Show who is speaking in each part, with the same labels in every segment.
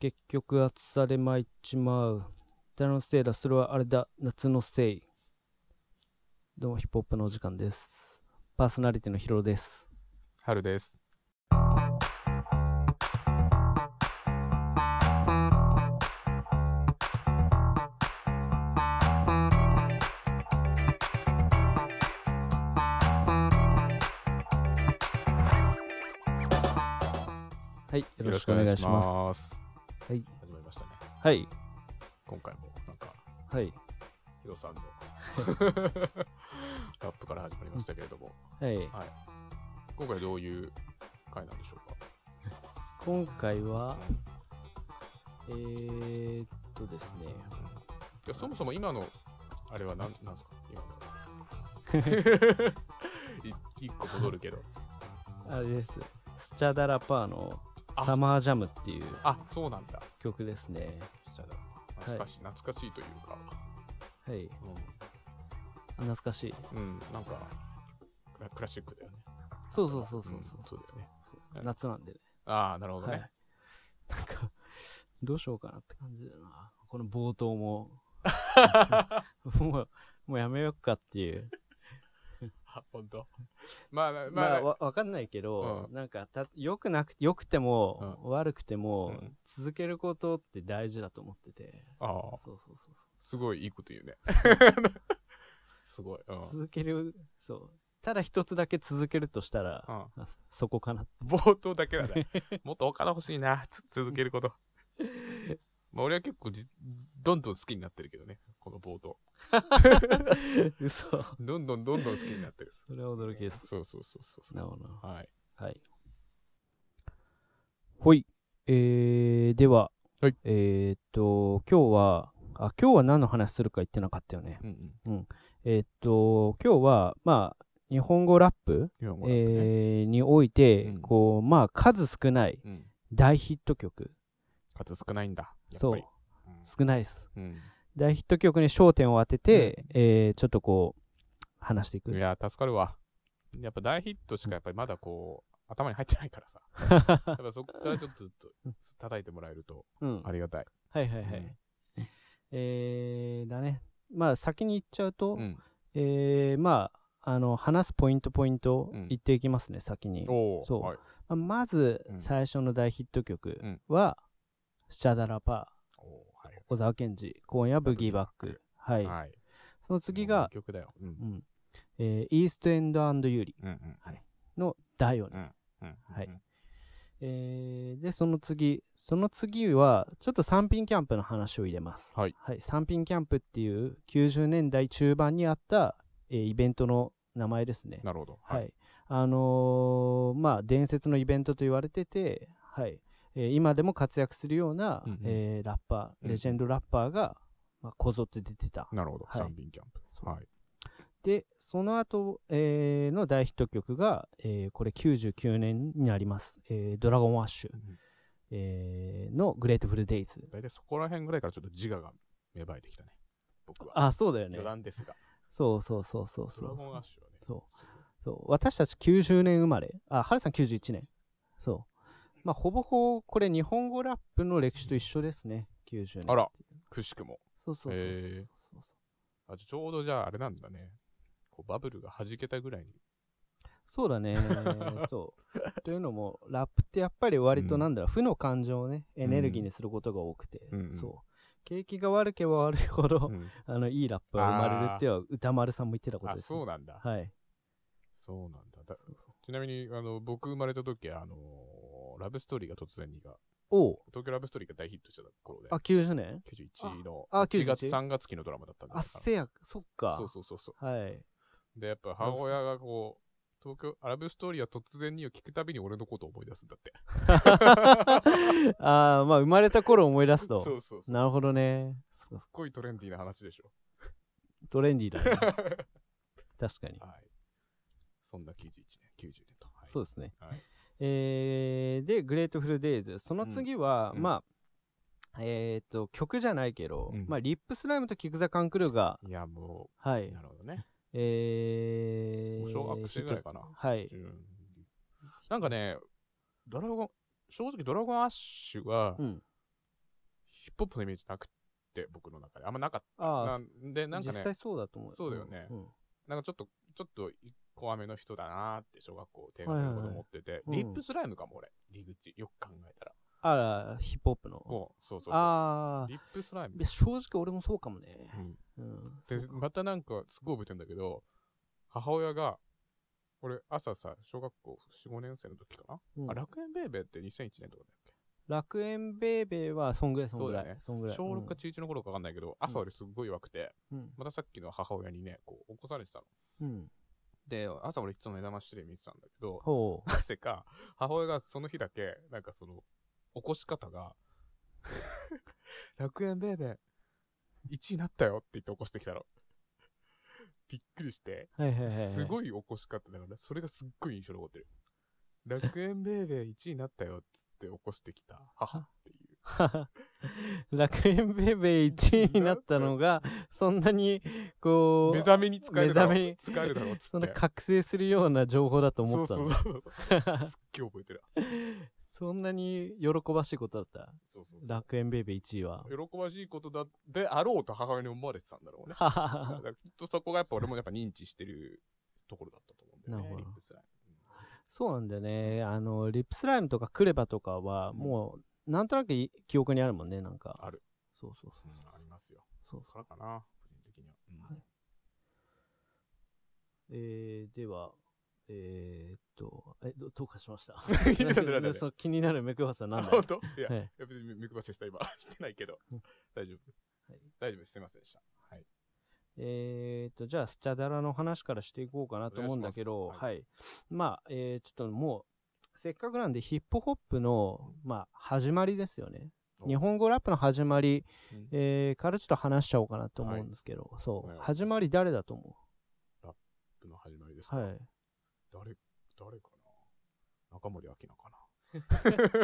Speaker 1: 結局暑さで参っちまう。誰のせいだ、それはあれだ、夏のせい。どうもヒップホップのお時間です。パーソナリティのヒロです。
Speaker 2: 春です。。
Speaker 1: はい、よろしくお願いしますす。はい、
Speaker 2: 始まりましたね。
Speaker 1: はい、
Speaker 2: 今回もなんか
Speaker 1: はい、
Speaker 2: ヒロさんの ラップから始まりましたけれども、
Speaker 1: はい。
Speaker 2: はい。今回どういう回なんでしょう
Speaker 1: 今回は
Speaker 2: か。、
Speaker 1: えー、っとですね、
Speaker 2: いやそもそも今のあれは何なんですか今の い一個戻るけど。
Speaker 1: あれです、スチャダラパーの
Speaker 2: あ
Speaker 1: サマージャムっていう
Speaker 2: あそうなんだ。
Speaker 1: 曲ですね。
Speaker 2: し懐かしい、懐かしいというか、
Speaker 1: はい、あ懐かしい。
Speaker 2: うん、うんなんかクラクラシックだよね。
Speaker 1: そうそうそうそうそう。
Speaker 2: んそうだよね。
Speaker 1: そう夏なんでね。
Speaker 2: ああ、なるほど
Speaker 1: は
Speaker 2: ね。
Speaker 1: い。なんか、どうしようかなって感じだよな。この冒頭 も。もう、もうやめようかっていう。
Speaker 2: あ本当。まあま
Speaker 1: まあ、
Speaker 2: あ、まあ、
Speaker 1: わわかんないけど、
Speaker 2: う
Speaker 1: なんかた、良くなく、良くても、悪くても、
Speaker 2: うん
Speaker 1: 続けることって大事だと思ってて。
Speaker 2: ああ
Speaker 1: そうそうそうそ
Speaker 2: すごいいいこと言う ね。すごい。うん
Speaker 1: う。続ける、そう。ただ一つだけ続けるとしたら、
Speaker 2: うん
Speaker 1: あそこかな。
Speaker 2: 冒頭だけだ ね。もっとお金欲しいな、つ続けること。まあ俺は結構じどんどん好きになってるけどね、この冒頭。
Speaker 1: 嘘。
Speaker 2: どんどんどんどん好きになって る。
Speaker 1: それは驚きです。
Speaker 2: そうそうそうそうそ
Speaker 1: なるほど。
Speaker 2: う。はい。
Speaker 1: はい。ほい。えー、では、
Speaker 2: はい
Speaker 1: えーっと、今日は、あ、今日は何の話するか言ってなかったよね。
Speaker 2: うんうん。
Speaker 1: えーっと、今日は、まあ、日本語ラップ
Speaker 2: 今も
Speaker 1: えーにおいて、
Speaker 2: うん
Speaker 1: こう、まあ、数少ない
Speaker 2: うん。
Speaker 1: 大ヒット曲。
Speaker 2: 数少ないんだ。やっ
Speaker 1: そう
Speaker 2: ぱり。、
Speaker 1: 少ないです。
Speaker 2: うん。
Speaker 1: 大ヒット曲に焦点を当てて、えーちょっとこう、話してい
Speaker 2: うんい
Speaker 1: く。
Speaker 2: や、助かるわ。やっぱ大ヒットしかやっぱりまだこう、頭に入ってないから さ。やっぱそこからちょっとずっと叩いてもらえると
Speaker 1: うん。
Speaker 2: ありがたい。
Speaker 1: はいはいはい。えー、だね。まあ、先に言っちゃうと、
Speaker 2: うん。
Speaker 1: えーまあ、あの、話すポイント、ポイント
Speaker 2: うん、
Speaker 1: 言っていきますね、先に。
Speaker 2: おお。
Speaker 1: そう
Speaker 2: はい
Speaker 1: まあまず
Speaker 2: う、ん
Speaker 1: 最初の大ヒット曲
Speaker 2: うん
Speaker 1: は、スチャダラパ
Speaker 2: おーはい
Speaker 1: ー、小沢健二、今夜ブギーバッ
Speaker 2: ブギ
Speaker 1: ク。はい。
Speaker 2: はい。
Speaker 1: その次
Speaker 2: もう名
Speaker 1: が、
Speaker 2: 曲だよ。うん。
Speaker 1: うんえーイーストエンドユーリ
Speaker 2: うんうん。はい。
Speaker 1: のダイオ
Speaker 2: う
Speaker 1: ネ。
Speaker 2: ん。うん
Speaker 1: はい
Speaker 2: うん
Speaker 1: えーで、その次、その次は、ちょっと三品キャンプの話を入れます。
Speaker 2: はい。
Speaker 1: 三品キャンプっていう90年代中盤にあった、えーイベントの名前ですね。
Speaker 2: なるほど。
Speaker 1: はい。。あのーまあ、伝説のイベントと言われてて、はい。えー今でも活躍するような、
Speaker 2: うんうん
Speaker 1: えーラッパ
Speaker 2: う
Speaker 1: ー、
Speaker 2: ん
Speaker 1: レジェンドラッパーが、まあ、こぞって出てた。
Speaker 2: なるほど。
Speaker 1: はい
Speaker 2: 三品キャンプ。はい。
Speaker 1: で、その後、えーの大ヒット曲が、えーこれ99年になります。えードラゴンワッシュ、えーのグレートフルデイズ。
Speaker 2: 大体そこら辺ぐらいからちょっと自我が芽生えてきたね。僕は。
Speaker 1: あ、そうだよね
Speaker 2: 余。談ですが。
Speaker 1: そうそうそうそう
Speaker 2: ド
Speaker 1: そ
Speaker 2: ラ
Speaker 1: う
Speaker 2: ゴンアッシュはね。
Speaker 1: そう。
Speaker 2: すごい
Speaker 1: そう私たち90年生まれ、あ、ハルさん91年。そう。まあ、ほぼほぼこれ日本語ラップの歴史と一緒ですね、90年。
Speaker 2: あら。くしくも。
Speaker 1: そうそうそうそうそう
Speaker 2: へ
Speaker 1: そ
Speaker 2: え
Speaker 1: うそう。
Speaker 2: あちょうどじゃああれなんだね。こうバブルが弾けたぐらいに。
Speaker 1: そうだね。 そう。というのも、ラップってやっぱり割となんだろう、負の感情をね、エネルギーにすることが多くて、
Speaker 2: うんうん
Speaker 1: そう。景気が悪ければ悪いほど、
Speaker 2: うん
Speaker 1: あの、いいラップが生まれるっていうのは、歌丸さんも言ってたこと
Speaker 2: あ、
Speaker 1: です、
Speaker 2: そうなんだ。
Speaker 1: はい。
Speaker 2: そうなんだ。だちなみに、あの、僕生まれた時、あのー、ラブストーリーが突然にが、
Speaker 1: おう
Speaker 2: 東京ラブストーリーが大ヒットした頃で
Speaker 1: あ、、90年
Speaker 2: 91の
Speaker 1: ああ
Speaker 2: 1月
Speaker 1: 91
Speaker 2: 3月期のドラマだったんだ
Speaker 1: あっせや、そっか。
Speaker 2: そうそうそうそ
Speaker 1: はい。
Speaker 2: う。で、やっぱ母親がこう、東京、アラブストーリーは突然にを聞くたびに俺のことを思い出すんだって。
Speaker 1: ああ、まあ、生まれた頃思い出す
Speaker 2: そう
Speaker 1: と。
Speaker 2: そうそう。すっ
Speaker 1: なるほどね。そう
Speaker 2: ごいトレンディーな話でしょ。
Speaker 1: トレンディーだ ね。確かに。
Speaker 2: はい。そんな91年、90年と。はい、
Speaker 1: そうですね。
Speaker 2: はい
Speaker 1: えーで、グレートフルデイズ。その次は、
Speaker 2: うん
Speaker 1: まあ、えっ、と、曲じゃないけど、
Speaker 2: うん
Speaker 1: まあ、リップスライムとキクザカンクルーが、
Speaker 2: いや、も
Speaker 1: は
Speaker 2: う、
Speaker 1: い
Speaker 2: な。るほどね。
Speaker 1: え
Speaker 2: もう
Speaker 1: ー、
Speaker 2: 小学生ぐらいかな。
Speaker 1: はい。
Speaker 2: うんなんかね、ドラゴン、正直ドラゴンアッシュは
Speaker 1: う、ん。
Speaker 2: プホップのイメージなくって、僕の中で。あんまなかっ
Speaker 1: あ
Speaker 2: た。
Speaker 1: あ、
Speaker 2: なんで、なんか
Speaker 1: 実
Speaker 2: ね、
Speaker 1: 際そうだと思う。
Speaker 2: そうだよね
Speaker 1: うん
Speaker 2: なんかちょっと、ちょっと、怖めの人だなーって、小学校低学年のこと思ってて、
Speaker 1: うん
Speaker 2: リップスライムかも、俺。入り口。よく考えたら。
Speaker 1: ああ、ヒップホップの。
Speaker 2: こう、そうそうそう。
Speaker 1: ああ
Speaker 2: リップスライム。
Speaker 1: いや、正直俺もそうかもね。う
Speaker 2: うん
Speaker 1: ん。
Speaker 2: で、またなんか、すごい覚えてんだけど、母親が、俺、朝さ、小学校4、5年生の時かな、
Speaker 1: うん
Speaker 2: あ、楽園ベイベーって2001年とかだっけ
Speaker 1: 楽園ベーベーはそんぐらいそんぐらい。
Speaker 2: そうだよね
Speaker 1: そんぐらい。
Speaker 2: 小6か中1の頃かわかんないけど、朝俺すっごい弱くて、
Speaker 1: うん。
Speaker 2: またさっきの母親にね、こう起こされてたの。
Speaker 1: うん。
Speaker 2: で、朝俺いつも目覚ましテレビ見てたんだけど、
Speaker 1: ほう。
Speaker 2: なぜか、母親がその日だけ、なんかその、起こし方が、楽園ベイベー、1位になったよって言って起こしてきたの。びっくりして、
Speaker 1: はいはいはいはい。
Speaker 2: す
Speaker 1: い。
Speaker 2: ごい起こし方だから、それがすっごい印象に残ってる。楽園ベイベー1位になったよっつって起こしてきた母ってい う。
Speaker 1: 楽園ベーベー1位になったのが、そんなに、こう、
Speaker 2: 目覚めに使えるだろ。
Speaker 1: 目
Speaker 2: 使えるだろっつって。
Speaker 1: そんな覚醒するような情報だと思ったの。
Speaker 2: そうそうそうそう。すっげえ覚えてる。
Speaker 1: そんなに喜ばしいことだった。
Speaker 2: そうそうそう
Speaker 1: 楽園ベイベー1位は。
Speaker 2: 喜ばしいことだであろうと母親に思われてたんだろうね。
Speaker 1: はは
Speaker 2: だ
Speaker 1: は
Speaker 2: か
Speaker 1: は
Speaker 2: らきっとそこがやっぱ俺もやっぱ認知してるところだったと思うんだよね。
Speaker 1: なるほど
Speaker 2: リップスライム
Speaker 1: そうなんだよね。あの、リップスライムとかクレバとかは、
Speaker 2: うん
Speaker 1: もう、なんとなくい記憶にあるもんね、なんか。
Speaker 2: ある。
Speaker 1: そうそうそう
Speaker 2: うんうんありますよ。
Speaker 1: そう。
Speaker 2: からかな、個人的には。うん
Speaker 1: はいえー、では、えー、っと、え、どどうかしました
Speaker 2: 気になるなんだ ね
Speaker 1: そう気になるメクハさんな
Speaker 2: あ
Speaker 1: んだ
Speaker 2: 本当いや、
Speaker 1: はい
Speaker 2: いや別に目配せした今 してないけど
Speaker 1: うん
Speaker 2: 大丈夫、
Speaker 1: はい
Speaker 2: 大丈夫ですすいませんでしたはい
Speaker 1: えー、と、じゃあ、スチャダラの話からしていこうかなと思うんだけど、
Speaker 2: お願いします
Speaker 1: はい、まあ、えー、ちょっともう、せっかくなんで、ヒップホップの、まあ、始まりですよね。
Speaker 2: お
Speaker 1: 日本語ラップの始まり、
Speaker 2: うん
Speaker 1: えー、からちょっと話しちゃおうかなと思うんですけど、そ、
Speaker 2: お願いうします
Speaker 1: 始まり誰だと思
Speaker 2: の始まりです
Speaker 1: う
Speaker 2: か、
Speaker 1: はい。
Speaker 2: 誰誰かな中森明菜か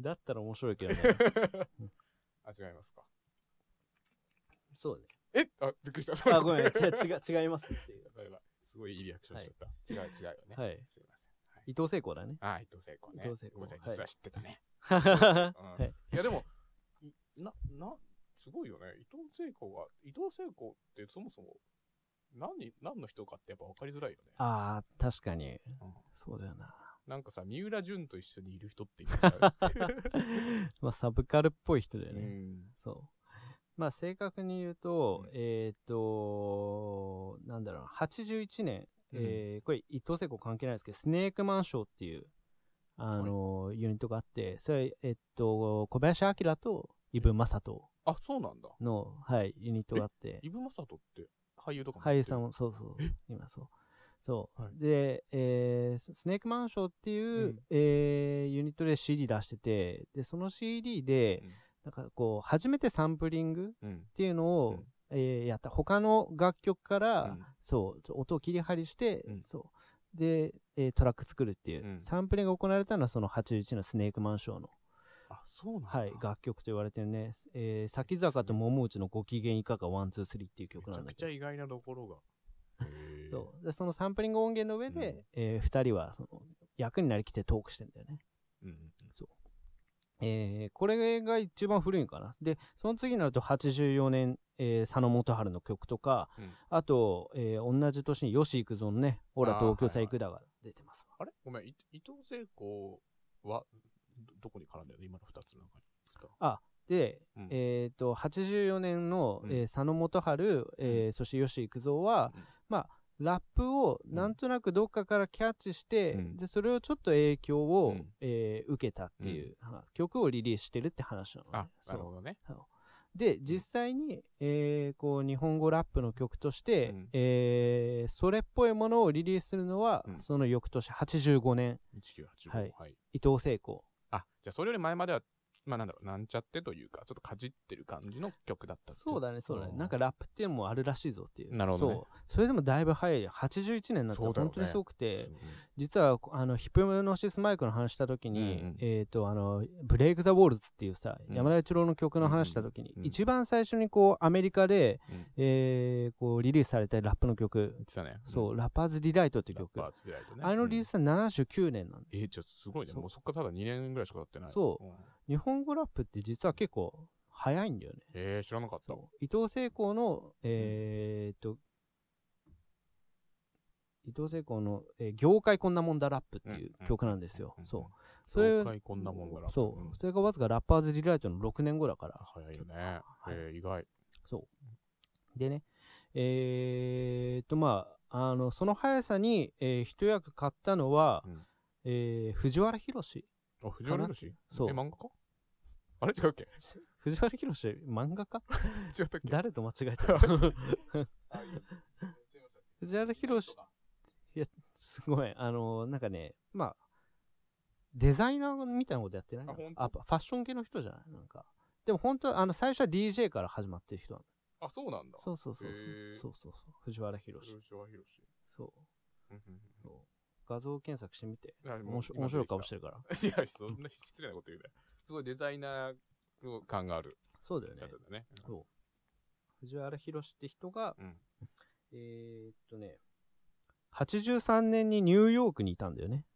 Speaker 1: だったら面白いけどね。
Speaker 2: なあ違いますか
Speaker 1: そうね。
Speaker 2: えあびっくりしたそれ
Speaker 1: あ、ごめん、違う、違 う、違いますっていう
Speaker 2: や。ばいやばいすごいいいリアクションしちゃった、違う違うよね
Speaker 1: はい
Speaker 2: すいませんはい
Speaker 1: 伊藤聖子だね。
Speaker 2: あ伊藤聖子ね
Speaker 1: 伊藤聖子
Speaker 2: ごめんなさい
Speaker 1: はい
Speaker 2: 実は知ってたね、
Speaker 1: はい。
Speaker 2: いやでも いななすごいよね伊藤聖子が伊藤聖子ってそもそも何何の人かってやっぱ分かりづらいよね
Speaker 1: ああ、確かに。
Speaker 2: うん
Speaker 1: そうだよな。
Speaker 2: なんかさ、三浦淳と一緒にいる人って言ったら、
Speaker 1: まあ、サブカルっぽい人だよ
Speaker 2: う
Speaker 1: ね。
Speaker 2: ん、
Speaker 1: そう。まあ、正確に言うと
Speaker 2: うん、
Speaker 1: えっと、なんだろうな、81年、
Speaker 2: うん
Speaker 1: えーこれ、伊藤聖子関係ないですけど、スネークマンショーっていう、あの、ユニットがあって、それ、えっと、小林明とイブ・マサト
Speaker 2: あ、そうなんだ。
Speaker 1: の、はい、ユニットがあって、
Speaker 2: イブ・マサトって俳優とかも
Speaker 1: 俳優さん
Speaker 2: も。
Speaker 1: も、そうそう、今そう。そう。
Speaker 2: はい
Speaker 1: で、えーススネークマンションっていう、
Speaker 2: うん
Speaker 1: えーユニットで CD 出してて、で、その CD で、なんかこう、初めてサンプリングっ
Speaker 2: うん。
Speaker 1: ていうのを、
Speaker 2: うん
Speaker 1: えーやった。他の楽曲から、
Speaker 2: うん
Speaker 1: そう、ちょ音を切り張りして、
Speaker 2: うん
Speaker 1: そう。で、えートラック作るっていう、
Speaker 2: うん
Speaker 1: サンプリングが行われたのは、その81のスネークマンションの、
Speaker 2: あ、そうなんだ。
Speaker 1: はい、楽曲と言われてるね、えー、先坂と桃内のご機嫌いかがワン、ツー、スリーっていう曲
Speaker 2: めち
Speaker 1: な
Speaker 2: ゃ
Speaker 1: んだ
Speaker 2: く
Speaker 1: け
Speaker 2: ち
Speaker 1: ど
Speaker 2: ゃ。意外なところが。へー
Speaker 1: そうでそのサンプリング音源の上で、え2人はその役になりきってトークしてんだよね。
Speaker 2: うんうんうん
Speaker 1: えーこれが一番古いんかな。で、その次になると84年、えー佐野元春の曲とか、
Speaker 2: うん
Speaker 1: あと、えー同じ年に吉幾三のね、オラ
Speaker 2: あー
Speaker 1: 東京さ行くだが出てますわ。
Speaker 2: あれごめん、い伊藤聖子は、どどこに絡んでるの今の二つの中に。
Speaker 1: で、
Speaker 2: うん
Speaker 1: えー、と84年の、
Speaker 2: うん
Speaker 1: えー佐野元春、えーそして吉幾三は、
Speaker 2: うん
Speaker 1: ラップをなんとなくどっかからキャッチして、
Speaker 2: うん
Speaker 1: でそれをちょっと影響を、
Speaker 2: うん
Speaker 1: えー受けたっていう、は曲をリリースしてるって話なの、ね、
Speaker 2: あ、
Speaker 1: そ
Speaker 2: な
Speaker 1: う
Speaker 2: るほどね。
Speaker 1: で実際に、えーこう日本語ラップの曲として、
Speaker 2: うん
Speaker 1: えーそれっぽいものをリリースするのは、
Speaker 2: うん
Speaker 1: その翌年85年
Speaker 2: 1985。
Speaker 1: はい
Speaker 2: はい。
Speaker 1: 伊藤聖子
Speaker 2: あ、じゃあそれより前までは、まあなんだろう、なんちゃってというか、ちょっとかじってる感じの曲だったってい
Speaker 1: そうだねそうだね
Speaker 2: うん
Speaker 1: なんかラップっていうのもあるらしいぞっていう
Speaker 2: なるほどね
Speaker 1: そうそれでもだいぶ早い81年になった
Speaker 2: そ
Speaker 1: ら
Speaker 2: うだ
Speaker 1: 本
Speaker 2: よね
Speaker 1: 当にすごくて、
Speaker 2: うん
Speaker 1: 実はあのヒプノシスマイクの話した時に、
Speaker 2: うんうん
Speaker 1: えっ、とあのブレイク・ザ・ウォールズっていうさ、
Speaker 2: うん
Speaker 1: 山田一郎の曲の話した時に、
Speaker 2: うんうん
Speaker 1: 一番最初にこうアメリカで、
Speaker 2: うん
Speaker 1: えーこうリリースされたラップの曲
Speaker 2: 言ってたね。
Speaker 1: そう、
Speaker 2: ん、
Speaker 1: ラパーズ・ディライトっていう
Speaker 2: ラッ
Speaker 1: 曲。
Speaker 2: パーズぐらいとね。
Speaker 1: あのリリー
Speaker 2: ス
Speaker 1: スは79年なんだ。
Speaker 2: えー、じゃあすごいね。
Speaker 1: そう
Speaker 2: もうそっからただ2年ぐらいしか経ってない。
Speaker 1: そう
Speaker 2: うん。
Speaker 1: 日本語ラップって実は結構早いんだよね。
Speaker 2: えー、知らなかった。
Speaker 1: 伊藤聖光の、えーっと、伊藤聖光の、えー業界こんなもんだラップっていう
Speaker 2: うんうん
Speaker 1: 曲なんですよ。
Speaker 2: うんうん
Speaker 1: そう。それ
Speaker 2: 紹介こんなもんだら。
Speaker 1: そ
Speaker 2: ん
Speaker 1: う。それがわずかラッパーズ・ディライトの6年後だから。
Speaker 2: 早いよね。えー、意外。
Speaker 1: そう。でね、えーっと、まあ、あの、その速さに、えー一役買ったのは、
Speaker 2: うん
Speaker 1: えー藤原宏。
Speaker 2: あ、藤原宏
Speaker 1: そう
Speaker 2: え、漫画かあれ違 うっけ
Speaker 1: 藤原宏、漫画家
Speaker 2: 違ったっけ
Speaker 1: 誰と間違えた 藤原宏、いや、すごい、あの、なんかね、まあ、デザイナーみたいなことやってない
Speaker 2: あほんと
Speaker 1: あ、ファッション系の人じゃないなんか。でも本当はあの、最初は DJ から始まってる人なの。
Speaker 2: あ、そうなんだ。
Speaker 1: そうそうそう
Speaker 2: へー
Speaker 1: そう。そうそうそう。藤原宏。
Speaker 2: 藤原宏。
Speaker 1: そう。
Speaker 2: うんうんうん
Speaker 1: 画像検索してみて。
Speaker 2: あもう
Speaker 1: 面白面白い顔してるから。
Speaker 2: いや、そんな失礼なこと言うね。すごいデザイナー感がある
Speaker 1: そうだよね
Speaker 2: 方だ。ね。
Speaker 1: そう。藤原宏って人が、
Speaker 2: うん
Speaker 1: えーっとね、83年にニューヨークにいたんだよね。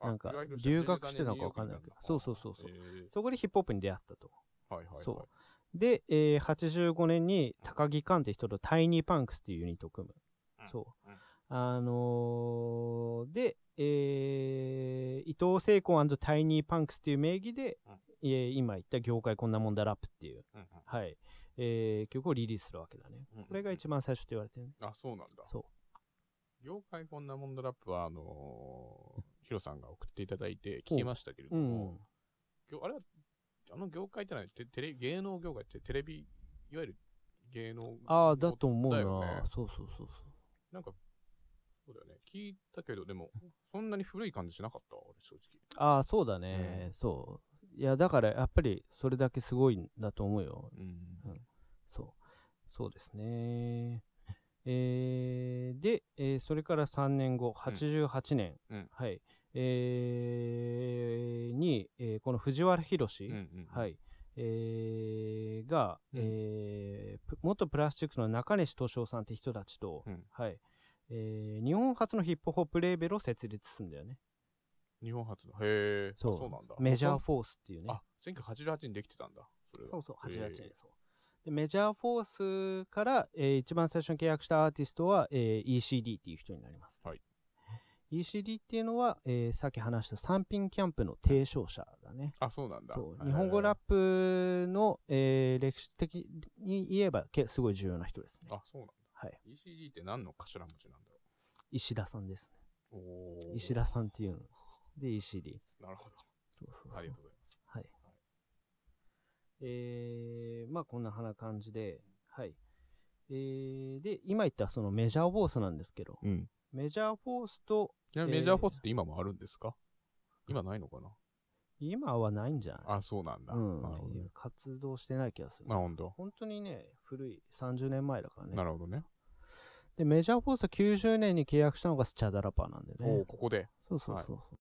Speaker 2: あ
Speaker 1: なんか
Speaker 2: 岩井宏
Speaker 1: 留学してたのかわかんないけど
Speaker 2: ニューヨークにいたんだ
Speaker 1: そうそうそうそう
Speaker 2: へー
Speaker 1: そこでヒップホップに出会ったと。
Speaker 2: はいはいはい。
Speaker 1: そで、えー85年に高木寛って人とタイニーパンクスっていうユニットを組む。
Speaker 2: うん
Speaker 1: そう
Speaker 2: うん。
Speaker 1: あのーで、えー伊藤聖光タイニーパンクスっていう名義で、
Speaker 2: うん
Speaker 1: えー今言った業界こんなもんだラップっていう、
Speaker 2: うんうん
Speaker 1: はい、えー曲をリリースするわけだね。
Speaker 2: うんうん
Speaker 1: これが一番最初って言われてるね。
Speaker 2: あ、そうなんだ。
Speaker 1: そう。
Speaker 2: 業界こんなもんだラップは、あのー、ヒロさんが送っていただいて聞きましたけれど
Speaker 1: うん
Speaker 2: も、。業あれは、あの業界ってないテテレ芸能業界ってテレビ、いわゆる芸能、
Speaker 1: ああ、だと思うな、
Speaker 2: だよね
Speaker 1: そうそうそうそう。
Speaker 2: なんか、そうだよね。聞いたけど、でも、そんなに古い感じしなかった、俺、正直。
Speaker 1: ああ、そうだね、
Speaker 2: う
Speaker 1: そう。いや、だからやっぱりそれだけすごいんだと思うよ。
Speaker 2: うん
Speaker 1: そう。そうですね。えーで、えーそれから3年後、88年、
Speaker 2: うん
Speaker 1: はい、えーに、えーこの藤原宏、
Speaker 2: うん。
Speaker 1: はいい、えーが、
Speaker 2: うん
Speaker 1: えープ元プラスチックの中西敏夫さんって人たちと、
Speaker 2: うん
Speaker 1: はいえー日本初のヒップホップレーベルを設立するんだよね。
Speaker 2: 日本初の。へえ。あそうなんだ。
Speaker 1: メジャー
Speaker 2: フ
Speaker 1: フォースっていうね。
Speaker 2: あ、1988にできてたんだ。それが
Speaker 1: そうそう、
Speaker 2: へ
Speaker 1: 88
Speaker 2: ー
Speaker 1: 年、そう。で、メジャーフォースから、えー一番最初に契約したアーティストは、えー ECD っていう人になります。
Speaker 2: はい
Speaker 1: ECD っていうのは、えーさっき話した三品キャンプの提唱者だね。
Speaker 2: あ、そうなんだ。
Speaker 1: そう
Speaker 2: へー
Speaker 1: 日本語ラップの、えー歴史的に言えばけすごい重要な人ですね。
Speaker 2: あ、そうなんだ。
Speaker 1: はい、
Speaker 2: ECD って何の頭文字なんだろ
Speaker 1: 石田さんですね。
Speaker 2: う。おー
Speaker 1: 石田さんっていうの。で、ECD。
Speaker 2: なるほど。
Speaker 1: そうそうそう
Speaker 2: ありがとうございます。
Speaker 1: はい。えー、まあこんな花感じで、はい。えー、で、今言ったそのメジャーフォースなんですけど、
Speaker 2: うん。
Speaker 1: メジャーフォースと、
Speaker 2: ちなみにメジャーフォースって今もあるんですか今ないのかな
Speaker 1: 今はないんじゃない
Speaker 2: あ、そうなんだ。
Speaker 1: うん
Speaker 2: なるほどね。
Speaker 1: 活動してない気がする。
Speaker 2: なるほど。
Speaker 1: 本当にね、古い30年前だから
Speaker 2: な
Speaker 1: ね。
Speaker 2: るほどね。
Speaker 1: で、メジャーフォースは90年に契約したのがスチャダラパーなんだよ
Speaker 2: お
Speaker 1: ね
Speaker 2: お、。ここで。
Speaker 1: そうそうそうそう。